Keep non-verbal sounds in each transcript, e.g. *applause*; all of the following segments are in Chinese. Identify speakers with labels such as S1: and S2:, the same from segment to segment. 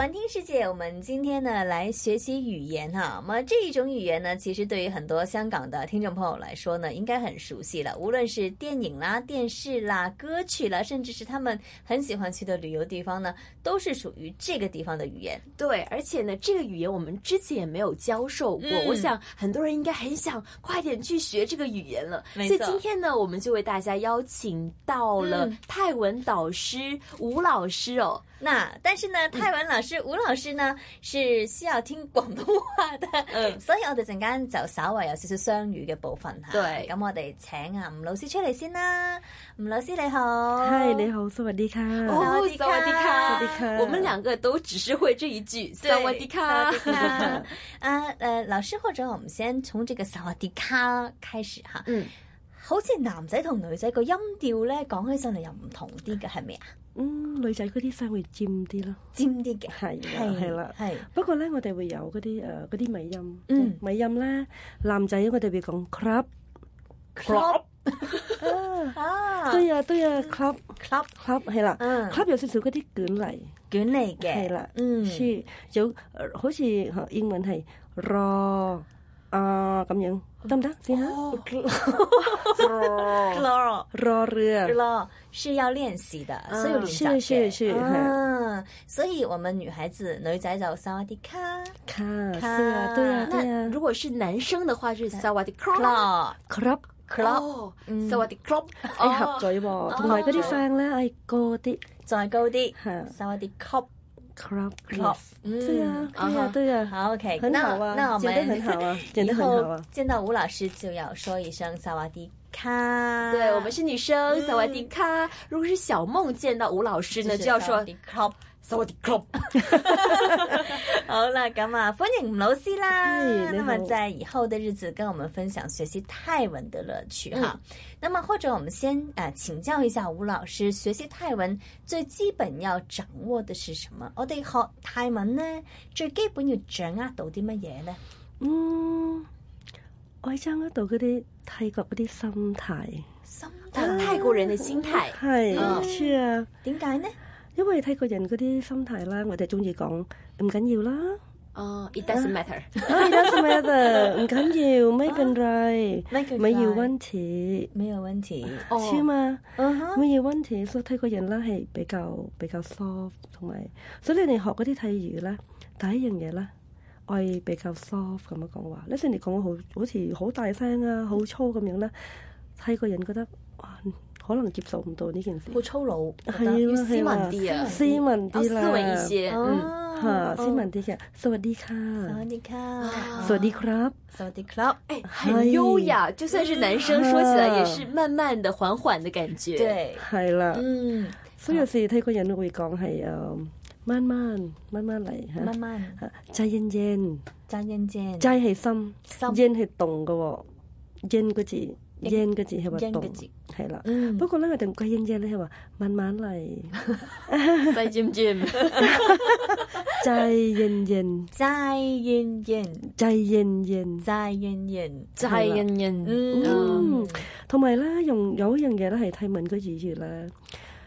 S1: 环听世界，我们今天呢来学习语言哈、那么这一种语言呢，其实对于很多香港的听众朋友来说呢，应该很熟悉了。无论是电影啦、电视啦、歌曲啦，甚至是他们很喜欢去的旅游地方呢，都是属于这个地方的语言。
S2: 对，而且呢，这个语言我们之前也没有教授过，
S1: 嗯
S2: 我想很多人应该很想快点去学这个语言了。
S1: 没
S2: 所以
S1: 错
S2: 今天呢，我们就为大家邀请到了
S1: 嗯
S2: 泰文导师吴老师哦。
S1: 那但是呢，泰文老师吴老师呢是需要聽廣東話的， *laughs*
S2: 嗯
S1: 所以我哋陣間就稍為有少少雙語嘅部分嚇。
S2: 對
S1: 咁我哋請啊吳老師出嚟先啦。吳老師你好，
S3: 嗨，你好，สวัสดีค่ะ
S1: 哦萨瓦迪卡
S3: 萨瓦迪卡
S2: 我们两个都只是会这一句
S1: 对
S2: 萨瓦迪卡
S1: 萨。瓦迪卡 *laughs* 啊，呃，老師或者我們先從這個薩瓦迪卡開始嚇。
S3: *laughs*
S2: 嗯，
S1: 好似男仔同女仔個音調咧講起上嚟又唔同啲嘅，係咪啊？
S3: 嗯，女仔嗰啲衫會尖啲咯，
S1: 尖啲嘅，
S3: 係啦係啦。
S1: 係
S3: 不過咧，我哋會有嗰啲誒嗰啲尾音，
S1: 嗯
S3: 尾音咧，男仔我哋會講 club
S1: club
S3: 啊，
S1: 啊
S3: 對啊對啊 club
S1: club
S3: club 係啦
S1: 嗯
S3: ，club 有少少嗰啲捲嚟，
S1: 卷嚟嘅，
S3: 係啦，
S1: 嗯
S3: 所以有呃好似呃英文係 raw 啊咁樣得唔得？試下
S1: 哦
S3: raw
S1: ，claw。
S3: raw
S1: 是
S3: raw，
S1: 咯，是要练习的，
S2: 嗯
S1: 所以有练
S3: 是
S1: 习
S3: 啊是
S1: 的。
S3: 是，係
S1: 嗯，所以我们女孩子、女仔就萨瓦迪卡、
S3: 卡，是啊，對啊對
S2: 那
S3: 啊
S2: 如果是男生的话，是萨瓦迪卡。
S1: claw、
S3: ，club。
S1: claw，
S2: 哦
S1: 嗯，
S2: 萨瓦迪哦卡。
S3: 你合嘴喎，同埋嗰啲聲咧，哎高啲
S1: 再高啲，
S3: 嚇
S1: 萨瓦迪 cop
S3: ，crop
S1: cop，嗯，
S3: 嗯對啊，對啊，對啊，
S1: 好 OK，
S3: 很
S1: 那
S3: 好啊，
S1: 那我
S3: 剪得很
S1: 们
S3: 好啊，剪
S1: 以
S3: 得很好
S1: 后
S3: 啊，
S1: 见到吴老师就要说一声萨瓦迪卡，
S2: 对，我们是女生，萨瓦迪卡。如果是小梦见到吴老师呢，就要
S1: 嗯萨
S2: 说
S1: 瓦迪啊 cop。
S2: 萨瓦迪卡。
S1: 好啦，咁啊，欢迎吴老师啦。
S3: 嗨你
S1: 那么
S3: 好
S1: 在以后的日子，跟我们分享学习泰文的乐趣哈。
S3: 嗯
S1: 那么或者我们先啊、呃请教一下吴老师，学习泰文最基本要掌握的是什么？我哋学泰文呢，最基本要掌握到啲乜嘢呢？
S3: 嗯，我喺嗰度嗰啲泰國嗰啲心態，
S1: 心
S2: 泰
S1: 態
S3: 啊
S2: 泰国人的心态。
S3: 係，
S1: 嗯
S3: 是啊，
S1: 點解呢？
S3: 因為泰國人嗰啲心態啦，我哋中意講唔緊要啦，
S2: 哦，it doesn't matter。
S3: 啊 it doesn't matter，唔緊要，咩咁ไร，
S1: ไม่เคย
S3: 咪要
S1: ฟัง
S3: 溫題，
S1: 沒有問題。
S3: 是
S2: 哦
S3: 嘛？
S1: 嗯
S2: 啊
S1: 哼，
S3: 乜嘢温田所以泰國人啦係比較比較 soft，同埋所以你哋學嗰啲泰語咧，第一樣嘢咧，我係比較 soft 咁樣講話。你成日講好好似好大聲啊，好粗咁樣咧，泰國人覺得哇，可能接受唔到呢件事，
S1: 好粗魯，覺得
S3: 係啦
S2: 斯
S3: 係
S2: 文
S3: 啦，
S2: 啲啊，
S3: 斯文
S2: 要
S3: 啲啦，
S2: 斯文一
S3: Ừ.
S2: 些。嗯，
S1: 哦
S3: 嚇，斯文啲嘅，สวัสดีค่ะ，
S1: 哦
S2: 啊
S3: สวัสดีครับ，
S1: สวัสดีครับ
S3: Dạ.
S2: 哎，很优雅。就算是男生说起来，也是慢慢的、缓缓的感觉。，
S1: 對，
S3: 係啦，
S1: 嗯，
S3: 所以有時泰國人會講係誒，慢慢慢慢嚟嚇
S1: 慢慢。
S3: 嚇，ใจเย็นๆ。
S1: 張欣健，
S3: 齋係心
S1: 心
S3: ，yen 係動嘅喎，yen 個字，yen 個字係話
S1: 欣
S3: 動
S1: 嘅，字，
S3: 係啦。
S1: 嗯，
S3: 不過咧，我哋唔講 yen yen 咧，係話慢慢嚟，
S2: 塞
S1: *laughs*
S2: Jim Jim。
S3: 齋 yen yen，
S1: 再欣健，
S3: 齋 yen yen。
S1: 再欣健，
S3: Dạ.
S2: 蔡恩恩，
S1: 嗯
S3: 嗯，同埋咧，用有一樣嘢咧係泰文嘅語語咧，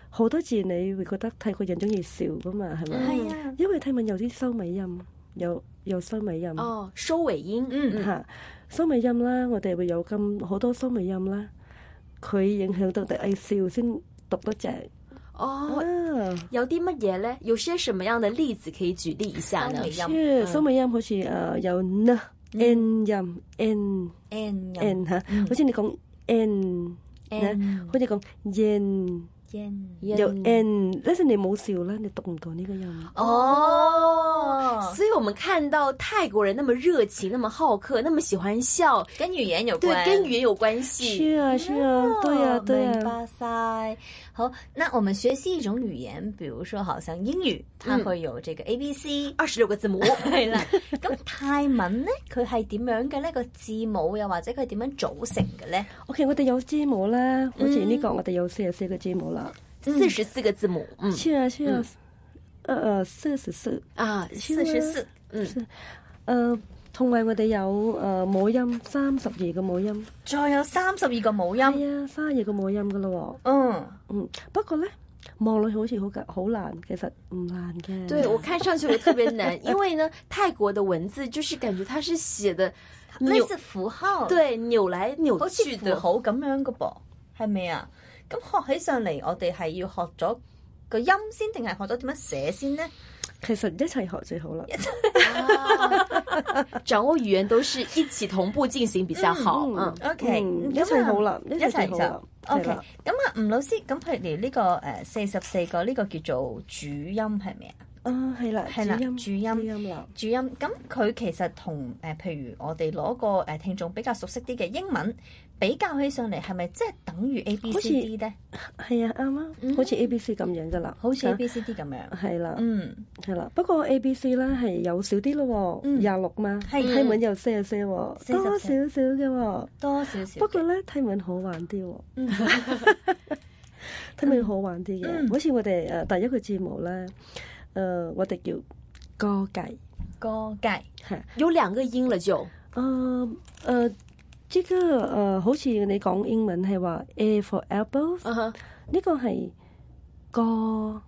S3: 好多字你會覺得泰國人中意笑噶嘛，係咪？
S1: 係啊，
S3: 因為泰文有啲收尾音，有有收尾音。
S2: 哦，收尾音。
S1: 嗯
S3: 嚇，收尾音啦，我哋會有咁好多收尾音啦，佢影響到第誒笑先讀得正
S2: 哦，
S3: 啊。
S2: 有啲乜嘢呢？有些什么样的例子可以举例一下
S1: 收？
S2: 呢
S1: 尾音
S3: 即係收尾音好似誒有 ờ, n
S1: Ừ.
S3: n 音 n
S1: ，n
S3: n Dạ. 嚇，
S1: 嗯
S3: 好似你講 n
S1: Ừ.
S3: 呢，好似講 yen
S1: 燕，
S3: 有
S1: 嗯
S3: n，但是你冇笑啦，你讀唔到呢個音。
S1: 哦，
S2: 所以我们看到泰国人那么热情，那么好客，那么喜欢笑，
S1: 跟語言有
S2: 对，
S1: 關，
S2: 跟语言有关系。
S3: 是啊，是
S1: *laughs*
S3: 啊，
S1: 哦
S3: 對啊，對
S1: 明
S3: 啊，
S1: 白晒。好，那我们学习一种语言，比如说，好像英語，它
S2: 嗯
S1: 會有這個 A B *laughs* C。
S2: 二十六个字母，
S1: 係啦， *laughs* 咁泰文呢，佢係點樣嘅呢？個字母又或者佢點樣組成嘅呢？
S3: OK，我哋有字母啦，好似呢個我哋有四十四個字母啦。
S2: 四十四个字母，嗯
S3: 是啊，是啊，誒誒四十四，
S2: 啊，
S1: 四十四，
S2: 嗯，
S3: 誒同埋我哋有誒母音三十二個母音，
S1: 再有三十二個母音。
S3: 係啊，三十二個母音噶啦喎。
S1: 嗯，
S3: 嗯，不過咧，望落去好似好緊好難，其實唔難嘅。
S2: 对我看上去我特别难，因为呢，泰国的文字就是感觉它是写的
S1: 類
S2: 扭，
S1: 似符號，
S2: 对扭来扭
S1: 好似
S2: 去
S1: 符
S2: 的，
S1: 號咁樣嘅噃，係咪啊？咁學起上嚟，我哋係要學咗個音先，定係學咗點樣寫先呢？
S3: 其實一齊學最好啦。
S2: 啊掌握语言都是一起同步进行比较好。
S3: 嗯
S2: 嗯，
S1: 哦 OK，咁
S3: 嗯一齊
S1: 啊
S3: 好啦，
S1: 一
S3: 一
S1: 齊
S3: 齊最好啦
S1: 就。
S3: 係
S1: OK，
S3: 啦
S1: 咁啊，吳老師，咁譬如呢個誒四十四個呢個叫做主音係咪啊？
S3: 啊，係啦，
S1: 係啦
S3: 主音，
S1: 主音
S3: 啦。
S1: 主音咁佢其實同誒、呃譬如我哋攞個誒聽眾比較熟悉啲嘅英文比較起上嚟，係咪即係等於 A B
S3: 好似
S1: C D 咧？
S3: 係啊，啱啊，好似 A B C 咁樣噶啦，
S1: 嗯好似
S3: 啊
S1: A B C D 咁樣，
S3: 係啦，
S1: 嗯，
S3: 係啦。不過 A B C 咧係有少啲咯喎，
S1: 嗯
S3: 廿六嘛，
S1: 係
S3: 泰文有些些喎，
S1: 44
S3: 多少少嘅喎。
S1: 多少少。
S3: 不過咧，泰文好玩啲喎，
S1: 嗯，
S3: 泰文好玩啲
S1: 嗯
S3: 嘅。好似我哋誒第一個字母咧，誒呃我哋叫歌計
S1: 個計
S3: 係。
S2: 有两个音了就
S3: 呃呃，即係呃，好似你講英文係話 A for apple，
S1: 啊
S2: 嗯哼
S3: 呢個係個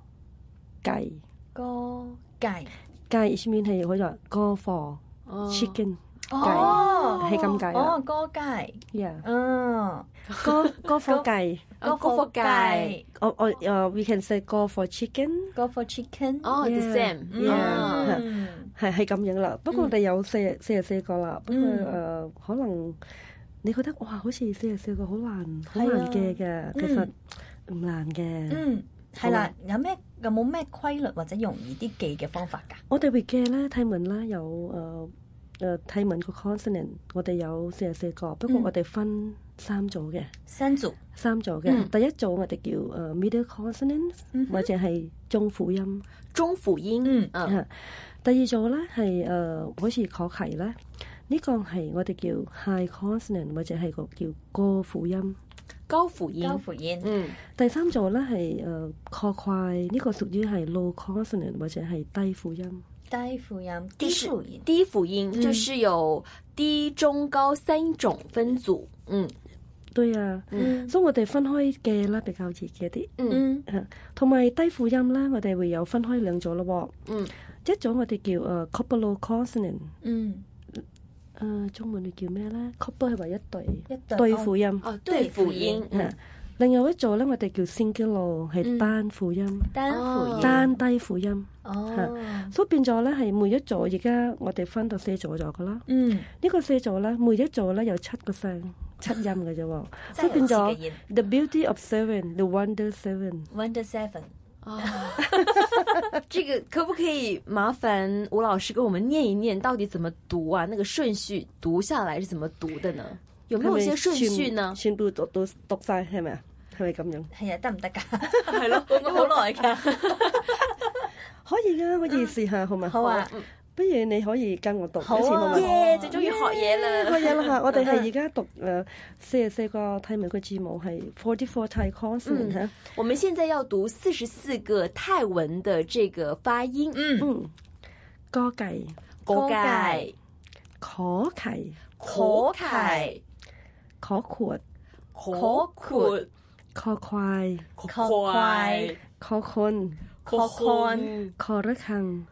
S3: 計
S1: 個計，
S3: 計前面係好似話個 for
S2: 哦
S3: chicken
S1: 哦，
S3: 係咁計
S1: 哦
S3: 啦，
S1: 個計，
S3: yeah
S1: *laughs* 嗯，
S3: 啊個個 for 計，
S2: 哦個個計
S3: 我我誒 we can say 個 for chicken
S1: 個 for chicken，
S2: 哦，the
S3: Yeah
S2: same，
S1: 嗯
S3: Yeah
S2: 哦
S1: 嗯
S3: 係係咁樣啦。不過我哋有四十四十四個啦，不過
S1: 嗯
S3: 誒可能你覺得哇，好似四十四個好難好
S1: 係啊
S3: 難嘅嘅，其實唔難嘅。
S1: 嗯，係啦，有咩有冇咩規律或者容易啲記嘅方法㗎？
S3: 我哋會嘅咧，泰文啦，有誒誒泰文個 consonant，我哋有四十四個，不過
S1: 嗯
S3: 我哋分三組嘅，
S1: 新組，
S3: 三組嘅。
S2: 嗯
S3: 第一組我哋叫誒、呃 middle consonant，、
S1: 嗯哼
S3: 或者係中輔音。
S2: 中辅音
S1: 嗯，
S2: 嗯，
S3: 啊第二組咧係誒好似確係咧，呢、個係我哋叫 high consonant，或者係個叫高輔音。
S2: 高辅音
S1: 交，付宴，
S2: 嗯，
S3: 第三組咧係誒確快，呢、個屬於係 low consonant 或者係低輔音。
S1: 低副音，
S2: 就
S1: 低
S2: 是
S1: 副音。
S2: 低辅音嗯就是有低、中、高三种分组。嗯
S3: 對啊，
S1: 嗯
S3: 所以我哋分開嘅啦比較易嘅啲。
S2: 嗯
S1: 嗯
S3: 同埋低輔音咧，我哋會有分開兩組咯
S2: 嗯，
S3: 喎。一組我哋叫誒 couple consonant，
S1: 嗯，
S3: 誒中文叫咩咧？couple 係話一對
S1: 一對
S3: 對輔音。
S2: 哦，对辅音，嗯
S3: 嚇另外一組咧，我哋叫 singular 係單輔音，
S1: 單副
S2: 嗯
S1: 音
S3: 單低輔音。
S1: 哦，
S3: 所以變咗咧係每一組，而家我哋分到四組咗噶啦。 *laughs*
S1: 嗯，
S3: 呢個四組咧，每一組咧有七個聲，七音嘅啫喎。
S1: 即
S3: 所以
S1: 係自
S3: 變
S1: 己
S3: 咗
S1: 演
S3: the beauty of seven, the wonder seven。
S1: Wonder Seven
S2: 哦， *laughs* 这个可不可以麻烦吴老师给我们念一念，到底怎么读啊？那个顺序读下来是怎么读的呢？有没有一些顺序呢？ *laughs*
S3: 全部讀到讀晒係咪啊？係咪咁樣？
S1: 係啊，得唔得㗎？ *laughs*
S2: 係咯，
S1: 會唔會好耐㗎？
S3: 可以噶，可以試下好嘛？
S1: 好啊，
S3: 不如你可以跟我讀一次
S1: 好
S3: 好
S1: 啊，
S3: 嘛？
S2: 嗯耶最終於學嘢啦
S3: 開嘢啦嚇！我哋係而家讀誒四十四個泰文嘅字母係 forty four Thai consonant 嚇，
S2: 我们现在要读四十四个泰文的这个发音，
S1: 嗯，
S3: 嗯，歌計、
S2: 锅盖、
S3: 可契、
S2: 可凯、
S3: 可括、
S2: 可括、
S3: 可快、
S2: 可
S1: 快
S2: 快、
S3: 可坤、
S1: 可
S2: 宽
S1: 坤、
S3: 可得坑，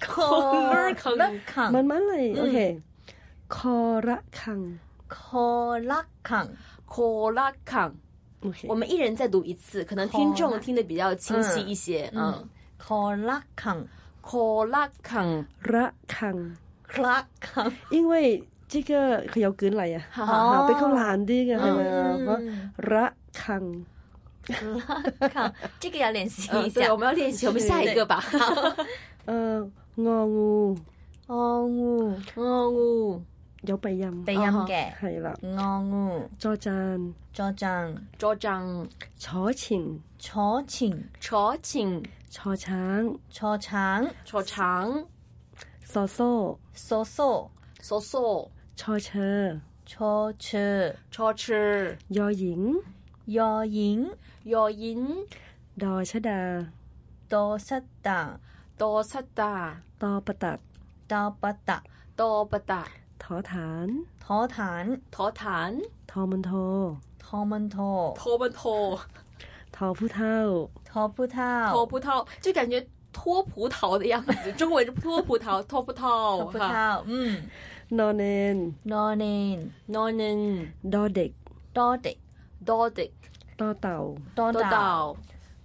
S1: Cor-
S2: Cor-
S3: 慢
S1: Lacan
S3: 慢嚟，OK。可得坑
S1: Cor- Lacan
S2: 可拉康。
S3: ，OK
S2: 我。们一人再读一次，可能听
S1: 好
S2: 众
S1: 啊
S2: 听得比较清晰一些。嗯
S1: 嗯，Cor- Lacan
S2: 可拉康，
S3: 得坑，
S1: Lacan
S3: 因為呢個佢有卷嚟啊，
S2: 哈
S1: 哦
S2: 哈，
S3: 啊比較難啲嘅係咪
S1: 嗯
S3: 啊？得坑。
S1: Lacan，這個要練習一
S2: 嗯，对，
S1: 下
S2: 我。们要练习，我们下一个吧。
S3: 誒我งู
S1: 昂烏
S2: 哦，
S3: 有鼻音，
S1: 鼻音嘅，
S3: 係啦，
S1: 昂烏
S3: 坐站
S1: 作陣
S2: 左掌、
S3: 坐前
S1: 坐前
S2: 左颈、
S3: 坐橙
S1: 坐橙
S2: 左长、
S3: 坐梳
S1: 索索
S2: 左手、
S3: 坐斜
S1: 坐車
S2: 左翅、
S3: 右影
S1: 右影
S2: 右音、
S3: 墮出啊
S1: 多失達
S2: 多塞达、
S3: 墮不達
S1: 多不達
S2: 多不达、
S3: 妥坦
S1: 妥坦
S2: 妥弹、
S3: 陀門陀
S1: 陀文陀
S2: 拖不拖、
S3: 陀夫偷
S1: 托葡萄，
S2: 脱葡萄，就感觉脱葡萄的样 *laughs* 子。中文是脱葡萄，脱葡
S1: 托
S2: 萄
S1: 葡
S2: 哈。
S1: 萄，嗯
S3: Northern
S1: ，Northern
S2: Northern
S3: Nordic
S1: Nordic
S2: Nordic
S3: 多豆
S1: Don
S2: 多
S1: Dao
S2: 道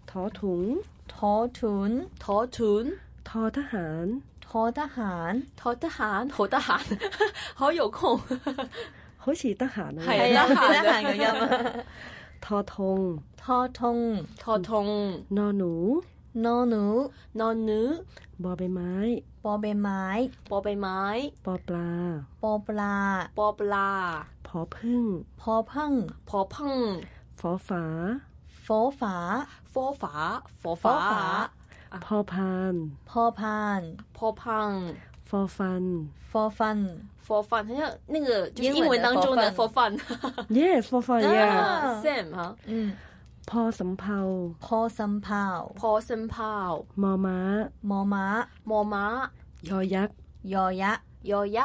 S3: 妥ถุง
S1: 妥屯
S2: 妥屯
S3: 拖得閒，
S1: 妥得閒，
S2: 妥得閒，好得閒， *laughs* 好有空。
S3: 好似得閒啊，
S2: 係
S1: 係啊，
S2: 得閒
S1: 好似得閒嘅 *laughs* 音啊，
S3: 拖通
S1: 妥痛
S2: 妥痛
S3: นอหนู
S1: no no
S2: นอนนื้อบ
S3: อใบไม้
S1: ปอใบไม้
S2: ปอใบไม้
S3: ปอปลา
S1: ปอปลา
S2: ปอปลา
S3: พอพึ่ง
S1: พอพัง
S2: พอพัง
S3: ฝอฝา
S1: ฝอฝา
S2: ฟอฝาฟอ
S1: ฟ้อ
S2: ฝา
S1: ฝา
S3: พอพาน
S1: พอพาน
S2: พอพัง
S3: ฟอฟัน
S1: ฟอฟัน
S2: 佛饭，好像那个就是
S1: 英
S2: 英
S1: 文
S2: 文
S1: 的
S2: 当中的
S1: 佛
S2: 佛饭 *laughs*
S3: yes ฟอฟันเนี่ย
S1: 啊
S2: ，Sam 哈，
S1: อืม
S3: พอสำเภา
S1: พอสำเภา
S2: 婆生泡，
S3: มอม้า
S1: มอม้า
S2: 摩麻
S3: ยอยักษ์
S1: ยอยักษ์
S2: 有呀，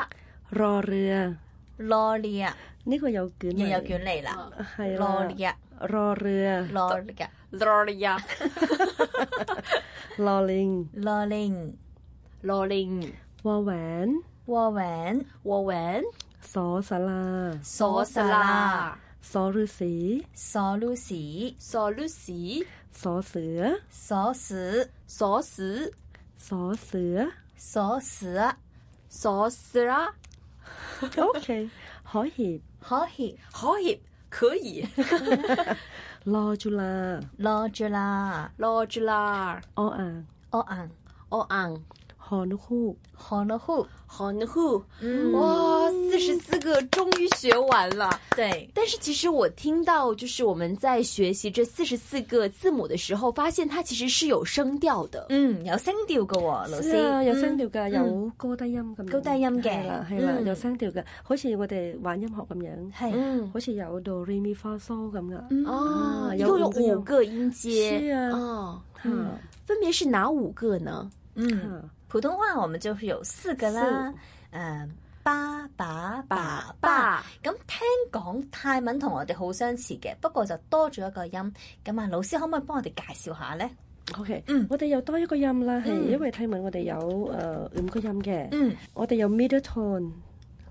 S3: รอเรือ
S1: ลอเลีย
S3: นี่ก็ยาวกึน
S1: ยังยาวเกินเลยล่ะ
S3: 係
S1: ล
S3: 啦
S1: อเลีย
S3: รอเรือ
S1: ลอเลีย
S2: 罗利亚，
S3: ลอลิง
S1: ลอลิง
S2: 罗林，
S3: วอแหวน
S1: วอแหวน
S2: 我文
S3: สอสารา
S1: สอ
S2: 索
S1: สา
S2: 萨
S1: ลา
S2: 拉，
S3: สอฤาษี
S1: สอลูสี
S2: 索露西，
S3: สอเสือ
S1: สอเสือ
S2: 索斯，
S3: สอเสือ
S1: สอเสือ
S2: 索斯拉，
S3: โอเค หอหีบ
S1: ฮอหิ
S2: 好耶，可以，
S3: ลอจุลา
S1: ลอจุลา
S2: 罗吉拉，
S3: ออ่าง
S1: ออ่าง
S2: 哦昂，
S3: หอนกฮูก
S1: ฮอนอฮูก
S2: 好呢呼，
S1: 嗯
S2: 哇，四十四个终于学完了。
S1: 对，
S2: 但是其实我听到，就是我们在学习这四十四个字母的时候，发现它其实是有声调的。
S1: 嗯，有聲調嘅喎，老師，
S3: 係啊，有聲
S1: 嗯
S3: 調㗎，有高低音咁樣。
S1: 高低音嘅
S3: 係啦，係啦，
S1: 嗯
S3: 有聲調㗎，好似我哋玩音樂咁樣，
S1: 係，
S2: 嗯，
S3: 好似有 do re mi fa so 咁噶。
S2: Ừ.
S1: 嗯
S2: 哦，
S3: 啊
S2: 一
S3: 有
S2: 共有
S3: 五个音
S2: 五个音阶。
S3: 是啊
S2: 哦，
S1: 嗯
S3: 嚇
S2: 分别是哪五个呢？
S1: 嗯。
S3: 嚇
S1: 普通話我們就是有四個啦，呃誒爸爸爸爸。咁聽講泰文同我哋好相似嘅，不過就多咗一個音。咁啊，老師可唔可以幫我哋介紹下呢？
S3: OK，
S1: 嗯
S3: 我哋又多一個音啦，係
S1: 嗯
S3: 因為泰文我哋有誒五個音嘅，
S1: 嗯，
S3: 我哋有 middle tone、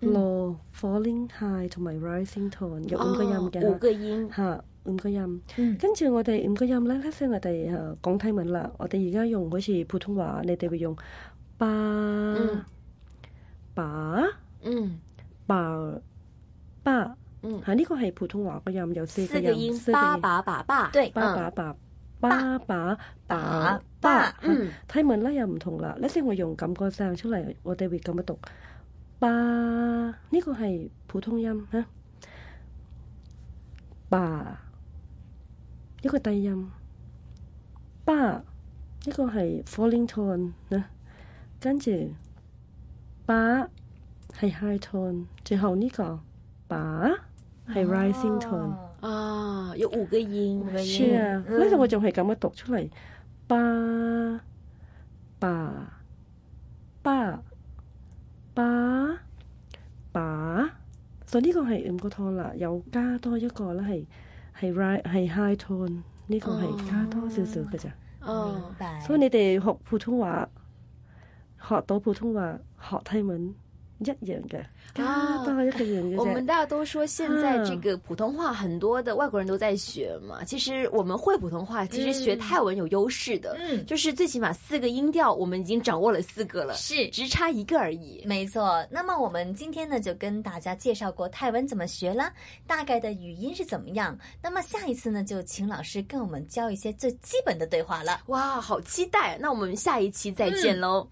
S1: 嗯
S3: low、falling high 同埋 rising tone，有
S2: Ờ.
S3: 五個音
S2: 哦五
S3: 嘅
S2: 个音。
S3: 嚇嚇五個音。
S1: 嗯
S3: 跟住我哋五個音咧，呢先我哋誒講泰文啦。我哋而家用好似普通話，你哋會用巴、
S2: 嗯
S3: 把、
S2: 嗯
S3: 把、巴。
S2: 嗯，
S3: 嚇，呢個係普通話個音，有四個
S2: 四个
S3: 音，
S2: 音，
S3: 四個
S2: 爸
S3: 音。
S2: 爸爸爸。
S1: 對
S3: 巴把
S2: 嗯
S3: 把巴把把
S1: 把
S3: 把。
S2: 嗯，
S3: 泰文咧又唔同啦，呢先我用咁個聲出嚟，我哋會咁樣讀。巴呢個係普通音嚇，巴一個低音，巴呢個係 falling tone 嚇，跟住巴係 high tone，最後呢個把係 rising tone。
S1: 哦
S2: 啊，有五个音。
S1: 五個
S3: 是
S1: 音
S3: 啊，
S1: 嗯
S3: 呢度我仲係咁樣讀出嚟，巴巴巴巴巴，所以呢個係五個 tone 啦，有加多一個咧係係 right 係 high tone，呢個
S2: 哦
S3: 係加多少少嘅咋，
S1: 哦明
S2: 嗯，
S1: 白。
S3: 哦所以你哋學普通話學到普通話學泰文一樣嘅，加多一個樣嘅
S2: 我们
S3: 啫。
S2: 大家都说现在这个
S3: 嗯
S2: 普通话很多的外国人都在学嘛，其实我们会普通话，
S3: 嗯
S2: 其实学泰文有优势的，
S1: 嗯，
S2: 就是最起码四个音调我们已经掌握了四个了，
S1: 是。
S2: 只差一个而已。
S1: 没错，那么我们今天呢就跟大家介绍过泰文怎么学啦，大概的语音是怎么样。那么下一次呢，就请老师跟我们教一些最基本的对话了。
S2: 啊
S3: 嗯
S2: 哇，好期待！那我们下一期再见喽。